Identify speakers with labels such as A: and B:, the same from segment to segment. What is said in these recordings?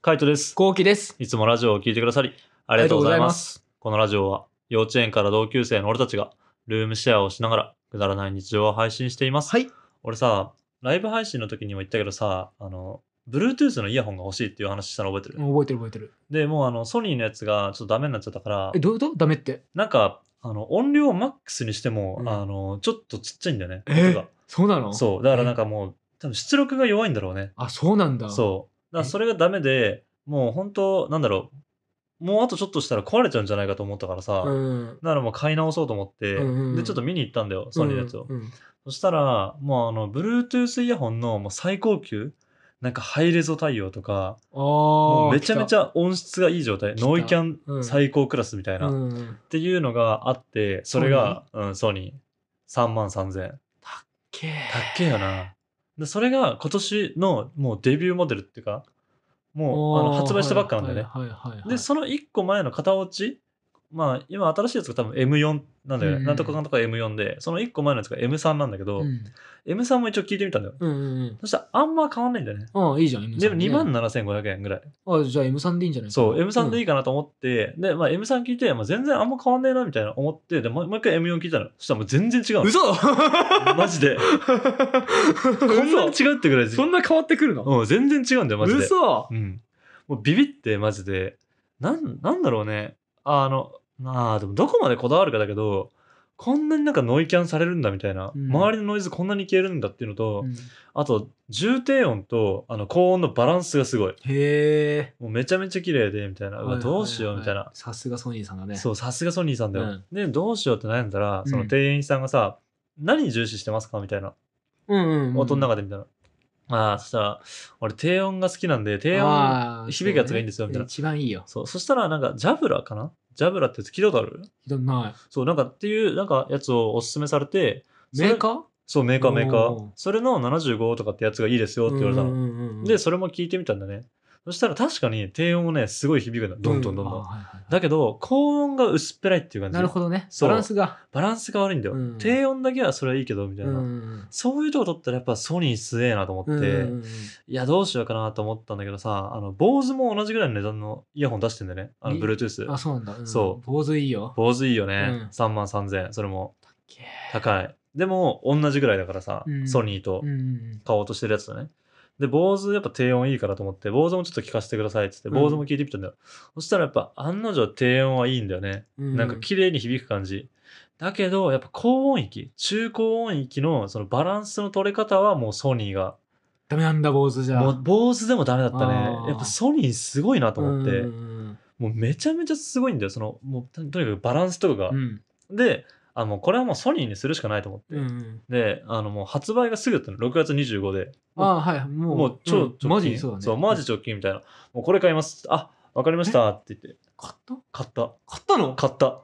A: カイトです。
B: 後期です。
A: いつもラジオを聞いてくださり、ありがとうございます。このラジオは、幼稚園から同級生の俺たちが、ルームシェアをしながら、くだらない日常を配信しています。
B: はい。
A: 俺さ、ライブ配信の時にも言ったけどさ、あの、Bluetooth のイヤホンが欲しいっていう話したの覚えてる。
B: 覚えてる覚えてる。
A: で、もうあの、ソニーのやつがちょっとダメになっちゃったから
B: え、、どういうことダメって。
A: なんか、あの、音量をマックスにしても、
B: うん
A: あの、ちょっとちっちゃいんだよね。
B: え
A: 音が
B: そうなのう。
A: そう。だからなんかもう、多分出力が弱いんだろうね。
B: あ、そうなんだ。
A: そう。だからそれがダメで、もう本当、なんだろう、もうあとちょっとしたら壊れちゃうんじゃないかと思ったからさ、
B: うん。
A: ならもう買い直そうと思って、
B: うんうんうん
A: で、ちょっと見に行ったんだよ、ソニーのやつを。
B: うんうん
A: そしたら、もうあの、Bluetooth イヤホンのもう最高級、なんかハイレゾ対応とか、
B: ああ。
A: もうめちゃめち
B: ゃ。
A: ゃ音質がいい状態、
B: 来た
A: ノイキャン
B: うん
A: 最高クラスみたいな、
B: う
A: っ
B: ん。
A: ていうのがあって、それが、うん、ソニー、3万3000円。
B: け
A: たっけえよな。で、それが今年のもうデビューモデルっていうか、もうあの発売したばっかなんだよね。
B: はいはいはいはい。
A: で、その1個前の型落ち、まあ今新しいやつが多分 M4 なんだよね。
B: うんうん
A: なんとかかんとか M4 で、その1個前のやつが M3 なんだけど、
B: うん。
A: M3 も一応聞いてみたんだよ。
B: うんうん
A: そしたらあんま変わんないんだよね。
B: うん。ああ、いいじゃん、M さん。
A: でも2万7500円ぐらい。
B: あじゃあ M さんでいいんじゃない
A: そう、M3 でい
B: い。
A: いかなと思って、で、まあ M3 聞いて、まあ、全然あんま変わんねえなみたいな思って、でもうもう一回 M4 聞いたの。そしたらもう全然違うの。
B: 嘘
A: マジで。こんなに違うってぐらい。
B: そんな変わってくるの
A: うん、全然違うんだよ、マジで。
B: 嘘
A: うん。もうビビって、マジで。なん、なんだろうね。あの、まあ、でもどこまでこだわるかだけど、こんなになんかノイキャンされるんだみたいな、
B: うん
A: 周りのノイズこんなに消えるんだっていうのと、
B: うん
A: あと、重低音とあの高音のバランスがすごい。
B: へえ。
A: もうめちゃめちゃ綺麗で、みたいな。うわ、どうしよう、みたいな。
B: さすがソニーさんだね。
A: そう、さすがソニーさんだよ。
B: うん
A: で、どうしようって悩んだら、そうの
B: ん
A: 店員さんがさ、何重視してますかみたいな。
B: うんうんうん。
A: 音の中でみたいな。ああ、そしたら、俺低音が好きなんで、低音
B: あー
A: 響くやつがいいんですよみたいな
B: 一番いいよ。
A: そう、そしたらなんか、ジャブラかなジャブラってやつ聞いたことある
B: ひどいな
A: そう、なんかっていう、なんかやつをおすすめされて、
B: い。
A: それ
B: メーカー
A: そう、メーカーメーカ
B: お
A: ー
B: ー。
A: それの75とかってやつがいいですよって言われたの。
B: の
A: で、それも聞いてみたんだね。そしたら確かに低音もね、すごい響くの。どんどんどんどん。だけど、高音が薄っぺらいっていう感じ。
B: なるほどね。
A: そう
B: バランスが。
A: バランスが悪いんだよ。
B: うん
A: 低音だけはそれはいいけど、みたいな。
B: うん
A: そういうとこ取ったらやっぱソニーすげえなと思って、
B: うん
A: いやどうしようかなと思ったんだけどさ、あの、坊主も同じぐらいの値段のイヤホン出してんだよね。あの、
B: に
A: Bluetooth
B: あ、。そうなんだうん。
A: そう
B: 坊主いいよ。
A: 坊主いいよね、
B: うん
A: 3万3000円それも
B: け
A: 高いでも同じぐらいだからさ、
B: うん
A: ソニーと
B: うんうん
A: 買おうとしてるやつだねで坊主やっぱ低音いいからと思って坊主もちょっと聞かせてくださいっつって
B: うん
A: 坊主も聞いてみたんだよ、そしたらやっぱ案の定低音はいいんだよね、
B: うん。
A: なんか綺麗に響く感じだけどやっぱ高音域中高音域のそのバランスの取れ方はもうソニーが
B: ダメなんだ、坊主じゃ。
A: もう坊主でもダメだった
B: あ
A: ね
B: ー
A: やっぱソニーすごいなと思って、
B: うん
A: もうめちゃめちゃすごいんだよそのもうととにかくバランスとかが、
B: うん
A: で、あ、もうこれはもうソニーにするしかないと思って。
B: うんうん。
A: で、あのもう発売がすぐだったの、6月25で。
B: あ
A: もう
B: あ、はい。もう、
A: もう超直
B: う
A: 近。
B: んマジそうだね。
A: マジ直近みたいな。もうこれ買います。あ、わかりましたって言って。
B: 買った
A: 買った。
B: 買ったの
A: 買った。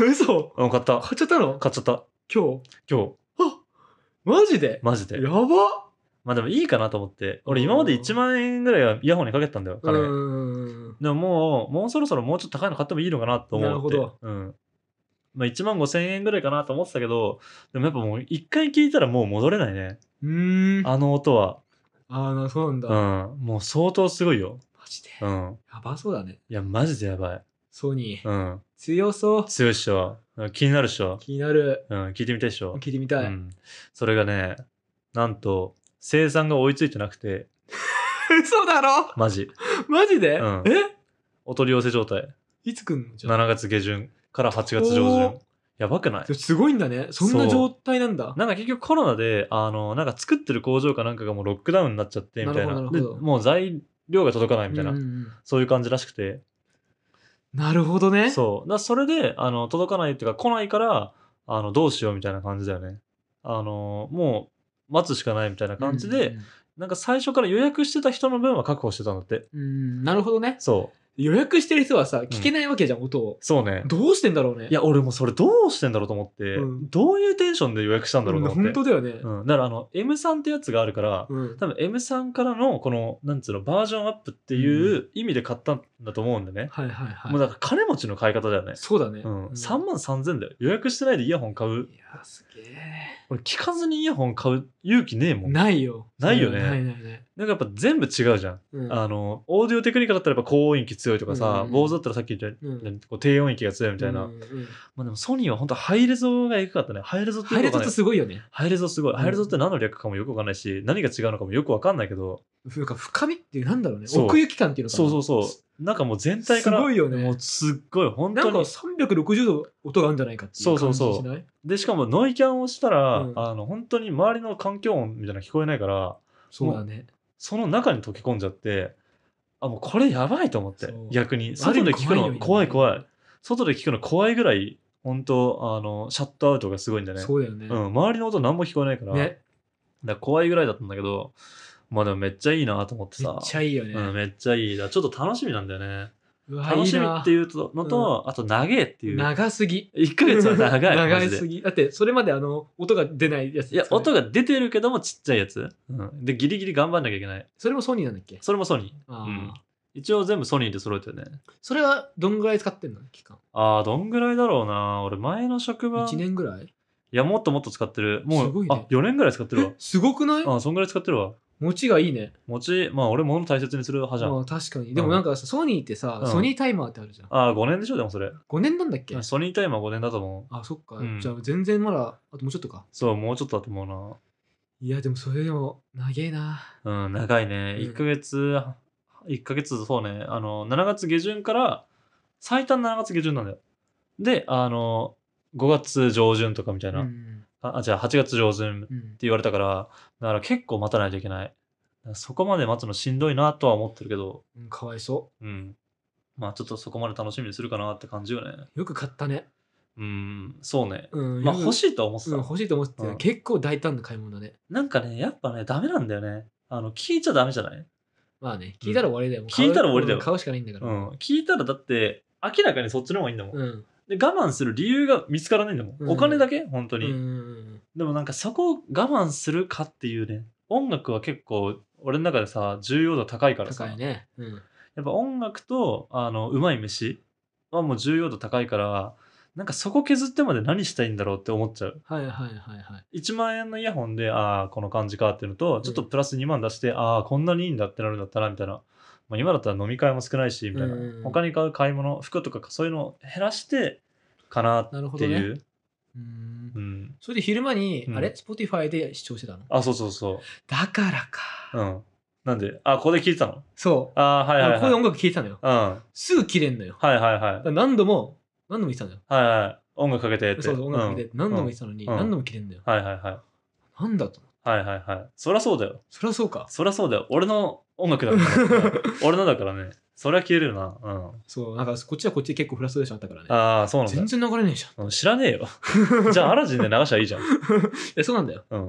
B: 嘘
A: うん、買った。
B: 買っちゃったの
A: 買っちゃった。
B: 今日。
A: 今日、
B: あマジで
A: マジで。
B: やば
A: まあでもいいかなと思って。俺今まで1万円ぐらいはイヤホンにかけてたんだよ、金。
B: うん。
A: でももう、もうそろそろもうちょっと高いの買ってもいいのかなと思って。
B: なるほど。
A: うん。まあ1万5千円ぐらいかなと思ってたけど、でもやっぱもう一回聞いたらもう戻れないね。
B: うーん。あ
A: あの音は。
B: あー、そうなんだ。
A: う
B: マ
A: ん。もう相当すごいよ。
B: ジで。
A: うん。
B: やばそうだね。
A: いや、マジでやばい。
B: ソニー。
A: うん。
B: 強そう。
A: 強いっしょ。うん気になるっしょ。
B: 気になる。
A: うん。聞いてみたいっしょ。
B: 聞いてみた
A: う
B: い。
A: ん。それがね、なんと、生産が追いついてなくて、
B: 嘘だろ
A: マジ。
B: マジで
A: うん
B: え
A: お取り寄せ状態。
B: いつ来んのじゃあ
A: 7月下旬から8月上
B: お
A: 旬
B: ー。
A: やばくない
B: すごいんだね。そんな
A: そう
B: 状態なんだ。
A: なんか結局コロナで、あの、なんか作ってる工場かなんかがもうロックダウンになっちゃって、みたいな。
B: なるほど
A: で
B: なるほど
A: もう材料が届かないみたいな。
B: うんうんうん
A: そういう感じらしくて。
B: なるほどね。
A: そう。だからそれで、あの、届かないっていうか、来ないから、あの、どうしようみたいな感じだよね。あの、もう、待つしかないみたいな感じで、
B: うん
A: なんか最初から予約してた人の分は確保してたんだって。
B: うんうん。なるほどね。
A: そう。
B: 予約してる人はさ、聞けないわけじゃん、音を。
A: そうね。
B: どうしてんだろうね。
A: いや、俺もそれどうしてんだろうと思って、
B: うん
A: どういうテンションで予約したんだろうと思
B: 本
A: って。
B: 当だよね。
A: うん、だからあの、M さんってやつがあるから、
B: うん
A: 多分 M さんからのこの、なんつうの、バージョンアップっていう意味で買ったんだと思うんでね。
B: はいはいはい。
A: もうだから金持ちの買い方だよね。
B: そうだね。
A: うん。
B: うん
A: 3万3000だよ。予約してないでイヤホン買う
B: いや、すげえ。
A: 俺聞かずにイヤホン買う勇気ねえもん。なんか
B: ないよ。
A: ないよね
B: ないないない。
A: やっぱ全部違うじゃん。
B: うん
A: あの、オーディオテクニカだったらやっぱ高音域強いとか
B: うんうん
A: さ、
B: うん
A: 坊主だったらさっき言っ
B: うん
A: たようにこう低音域が強いみたいな。
B: うんうん
A: まあでもソニーは本当ハイレゾがエグかったね。ハイレゾって
B: ハ
A: いう
B: イレ
A: の
B: ゾ
A: が
B: っ
A: ね
B: てすごいよね。
A: ハイレゾすごい。
B: ん
A: ハイレゾって何の略かもよくわかんないし、何が違うのかもよくわかんないけど、
B: なんか深みっていうなんだろうね。
A: そう
B: 奥行き感っていうのかな。
A: そうそうそう。なんかもう全体から、
B: すごいよね
A: もうすっごい、本
B: なん
A: 当
B: か
A: に。
B: 360度音があるんじゃないかっていう感じしない
A: そうそうそで、しかもノイキャンをしたら、
B: うん
A: あの、本当に周りの環境音みたいなの聞こえないから、
B: そうだね。
A: その中に溶け込んじゃって、あ、もうこれやばいと思って
B: そう、
A: 逆に。
B: ある
A: 外
B: 意
A: で
B: 味
A: 聞くの、怖
B: 怖いよね
A: い怖い。外で聞くの怖いぐらい、本当あの、シャットアウトがすごいんだね。
B: そうだよね。
A: うん、周りの音何も聞こえないから、だか
B: ね。
A: ら怖いぐらいだったんだけど、まあでもめっちゃいいなと思って
B: めっ
A: さ。
B: ちゃいいよ
A: うん、
B: ね。
A: めっちゃいいな。ちょっと楽しみなんだよね。
B: うわ
A: 楽しみって
B: う
A: いうとのと、あと長えっていう。
B: 長すぎ。
A: 1ヶ月 は長い。
B: 長
A: マジ
B: い
A: です
B: ぎ。だって、それまであの、音が出ないやつ。
A: いや、音。が出てるけどもちっちゃいやつ。うん。で、ギリギリ頑張んなきゃいけない。
B: それもソニーなんだっけ
A: それもソニー。
B: あ
A: うん
B: あ。
A: 一応全部ソニーで揃えてるね。
B: それはどんぐらい使ってんの期間。
A: ああ、どんぐらいだろうな。俺、前の職場。
B: 1
A: い
B: 年ぐらい
A: や、もっともっと使ってる。も
B: すご
A: う、
B: いね
A: あ、4年ぐらい使ってるわ
B: え。すごくない
A: あそんぐらい使ってるわ。
B: 持ちがいいね。
A: 持ち、まあ、俺、物大切にする派じゃん。
B: まあ確かに。でもなんかさソニーってさ、
A: うん
B: ソニータイマーってあるじゃん。
A: ああ、5年でしょ、でもそれ。
B: 5年なんだっけ
A: ソニータイマー5年だと思う。
B: あ、そっか
A: うん。
B: じゃあ全然まだ、あともうちょっとか。
A: そう、もうちょっとだと思うな。
B: いや、でもそれでも、長えな。
A: うん、長いね。
B: うん
A: 1ヶ月、一ヶ月、そうね。あの、7月下旬から、最短7月下旬なんだよ。で、あの、5月上旬とかみたいな。
B: うん
A: あ、あじゃあ8月上旬って
B: うん
A: 言われたから、だから結構待たないといけない。だからそこまで待つのしんどいなとは思ってるけど、
B: うんかわいそ
A: うん。まあちょっとそこまで楽しみにするかなって感じよね。
B: う。よく買ったね。
A: うん、そうね。
B: うん。
A: まあ
B: よく
A: 欲しいとは思って
B: う
A: た。
B: ん、欲しいと思ってたよ
A: うん
B: 結構大胆な買い物だね。
A: なんかね、やっぱね、ダメなんだよね。あの、聞いちゃダメじゃない
B: まあね、聞いたら終わりだよ。もう
A: 聞いたら終わりだよ
B: 買うしかないんだから。
A: うん、聞いたらだって明らかにそっちの方がいいんだもん、
B: うん。
A: で我慢する理由が見つからないんだもん、
B: うん
A: お金だけ本当
B: う
A: に、
B: ん。
A: でもなんかそこを我慢するかっていうね音楽は結構俺の中でさ重要度高いからさ、
B: 高いね。うん。
A: やっぱ音楽とあのうまい飯はもう重要度高いからなんかそこ削ってまで何したいんだろうって思っちゃう
B: はいはいはいはい。
A: 1万円のイヤホンでああこの感じかっていうのとちょっとプラス2万出して、ああこんなにいいんだってなるんだったらみたいな、まあ、今だったら飲み会も少ないしみたいな、
B: うん
A: 他に買う買い物服とかそういうのを減らしてかなっ
B: なるほ
A: て
B: ど
A: い
B: ね。
A: う、
B: うん
A: う。ん
B: それで昼間に
A: う、ん
B: あれ ?Spotify で視聴してたの
A: あそうそうそ
B: だからか。
A: ううんなんであここで聞いてたの
B: そう。
A: ああはいはい
B: あ
A: はい
B: のこうい
A: うん
B: う音楽聴いてたのよ。
A: はい
B: すぐ切れんのよ。だか
A: はいはいはい
B: ら何度も、何度も言ってたのよ。
A: はい音楽かけてって
B: そうそう、音楽で何度も言ってたのに、
A: うん
B: 何度も切れんだよ。
A: うんはいはいはい
B: なんだと。
A: はいはいはいそりゃそうだよ
B: そりゃそうか。
A: そりゃそうだよ俺の音楽だ からね俺のだからねそりゃ消えるよなうん
B: そう、なんかこっちはこっちで結構フラストレーションあったからね。
A: ああそうなんだ
B: 全然流れねえじゃん。
A: うん知らねえ よ。じゃあ、アラジンで流したらいいじゃん。
B: いや、そうなんだよ。
A: うん。
B: い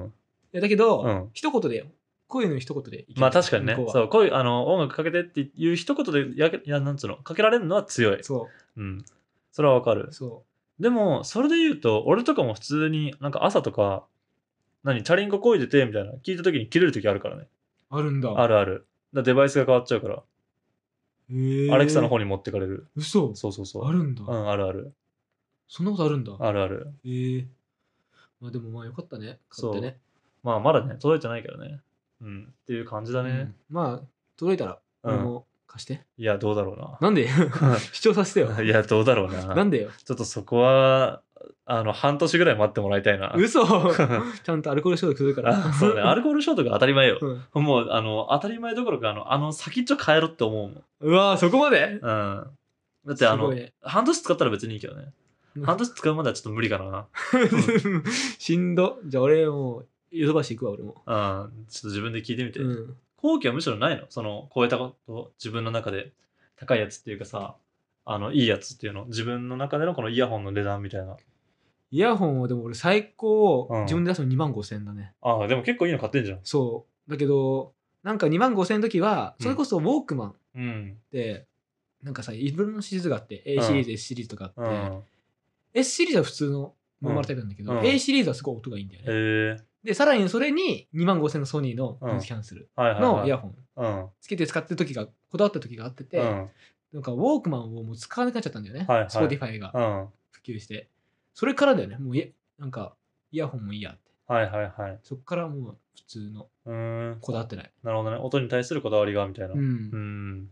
B: やだけど、
A: うん
B: 一言でよ。こういうの一言でいける。
A: まあ、確かにね
B: 向こ。うは
A: そう、こういう、あの、音楽かけてっていう一言でやけ、いや、なんつうの、かけられるのは強い。
B: そ
A: うん。それはわかる
B: う、。そ
A: でも、それで言うと、俺とかも普通に、なんか朝とか、何、チャリンコこいでて、みたいな、聞いた時に切れる時あるからね。
B: う。あるんだ。
A: あるある。だデバイスが変わっちゃうから、
B: へー
A: アレクサの方に持ってかれる。
B: 嘘
A: そうそうそ
B: あ
A: う。
B: るんだ、
A: うん、あるある。
B: そんなことあるんだ。
A: あるある。
B: へえまあでもまあよかったね。買ってね。
A: まあ、まだね、届いてないけどね。うん。っていう感じだ
B: う
A: ね
B: ん。まあ、届いたら、
A: う
B: 俺
A: ん。
B: も貸して。
A: いや、どうだろう
B: なんで
A: な。
B: 主張させてよ。
A: いや、どうだろうな。
B: なんでよ。
A: ちょっとそこは、あの、半年ぐらい待ってもらいたいな。
B: 嘘 ちゃんとアルコール消毒するから
A: あ。そうね、アルコール消毒が当たり前よ。
B: うん
A: もう、あの、当たり前どころか、あの、あの先っちょ変えろって思うもん。
B: うわーそこまで
A: うん。だって、あ
B: す
A: の、
B: ごいね
A: 半年使ったら別にいいけどね。半年使うまではちょっと無理かな。
B: しんど。じゃあ俺もう、ヨドバシ行くわ、俺も。
A: うん。ちょっと自分で聞いてみて。
B: うん。
A: 後期はむしろないのその、超えたこと、自分の中で高いやつっていうかさ、あの、いいやつっていうの。自分の中でのこのイヤホンの値段みたいな。
B: イヤホンはでも俺最高
A: うん、
B: 自分で出すの2万5千円だね。
A: ああ、でも結構いいの買ってんじゃん。
B: そう。だけど、なんか2万5千円の時は、それこそウォークマンっ
A: うん。
B: て、なんかさ、いろんなシリーズがあって、A
A: うん
B: シリーズ、S シリーズとか
A: う
B: あっ
A: ん。
B: て、S シリーズは普通のノーマルタイプなんだけ
A: う
B: ど、
A: ん
B: A シリーズはすごい音がいいんだよ
A: へえ
B: ね。で、さらにそれに2万5千円のソニーの
A: うん
B: ノイズキャンセル
A: はいはい、はい。
B: のイヤホン
A: うん。うん。
B: つけて使ってる時が、こだわった時があってて、なんかウォークマンをもう使わなくなっちゃったんだよね。
A: はいはい
B: Spotify が
A: うん。
B: 普及して。それからだよね。もういえ、なんか、イヤホンもいいやって。
A: はいはいはい。
B: そっからもう普通の
A: うーん。
B: こだわってない。
A: なるほどね。音に対するこだわりが、みたいな。
B: う。
A: うんん。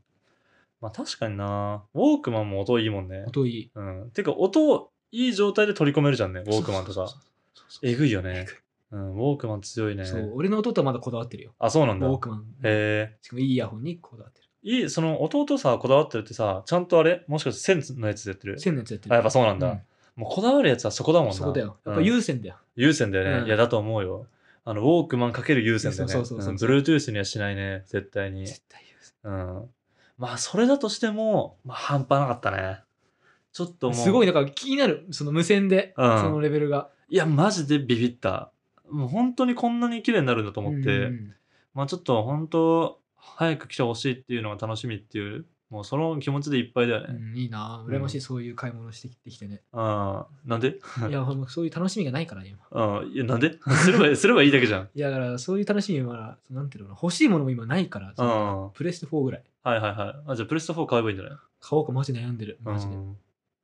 A: まあ確かにな。ウォークマンも音いいもんね。
B: 音いい。
A: うん。てか、音いい状態で取り込めるじゃんね、ウォークマンと
B: そう
A: か
B: そう。そうそう。
A: えぐいよね。うん、ウォークマン強いね。
B: そう、俺の弟はまだこだわってるよ。
A: あ、そうな
B: ウ
A: んだ。
B: ォー
A: へ
B: クマン。
A: え。
B: しかもいいイヤホンにこだわってる。
A: いい、その弟さ、こだわってるってさ、ちゃんとあれもしかして線のやつでやってる
B: 線のやつやってる。
A: あ、やっぱそうなんだ。
B: うん
A: もうこだわるやつはそこだもんな。
B: そこだよ。やっ
A: う
B: ぱ
A: ん
B: 優先だよ。
A: 有線だよね。
B: うん
A: いや、だと思うよ。あの、ウォークマンかける有線だよね。
B: そうそうそうそう
A: ブルートゥースにはしないね、絶対に。
B: 絶対優先。
A: うん。まあ、それだとしても、まあ、半端なかったね。ちょっともう。
B: すごい、だから気になる、その無線で、
A: うん
B: そのレベルが。
A: いや、マジでビビった。もう本当にこんなに綺麗になるんだと思って、
B: うん
A: まあちょっと本当、早く来てほしいっていうのが楽しみっていう、もうその気持ちでいっぱいだよ
B: う
A: ね。
B: ん、いいなぁ、羨ましい、そういう買い物してきてきてね。
A: ああ、なんで
B: いや、ほんまそういう楽しみがないから、今。
A: うん、いや、なんで すればすればいいだけじゃん。
B: いや、だから、そういう楽しみは、なんていうのかな、欲しいものも今ないから、
A: うん。は
B: プレステ4ぐらい。
A: いはいはい。あじゃあ、プレステ4買えばいいんじゃない
B: 買おうか、マジ悩んでる。マジで。
A: うん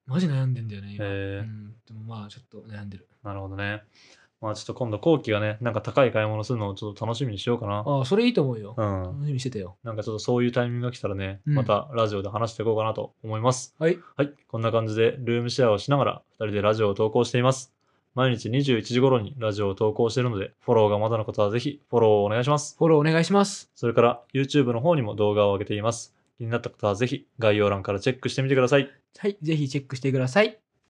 B: マジ悩んでんだよね、今。
A: へ
B: う
A: え
B: ん、でもまあ、ちょっと悩んでる。
A: なるほどね。まあちょっと今度、後期がね、なんか高い買い物するのをちょっと楽しみにしようかな。
B: ああ、それいいと思うよ。
A: うん。
B: 楽しみにしてたよ。
A: なんかちょっとそういうタイミングが来たらね、
B: うん
A: またラジオで話していこうかなと思います。
B: はい。
A: はい、こんな感じでルームシェアをしながら2人でラジオを投稿しています。毎日21時頃にラジオを投稿しているので、フォローがまだの方はぜひフォローをお願いします。
B: フォローお願いします。
A: それから YouTube の方にも動画を上げています。気になった方はぜひ概要欄からチェックしてみてください。
B: はい、ぜひチェックしてください。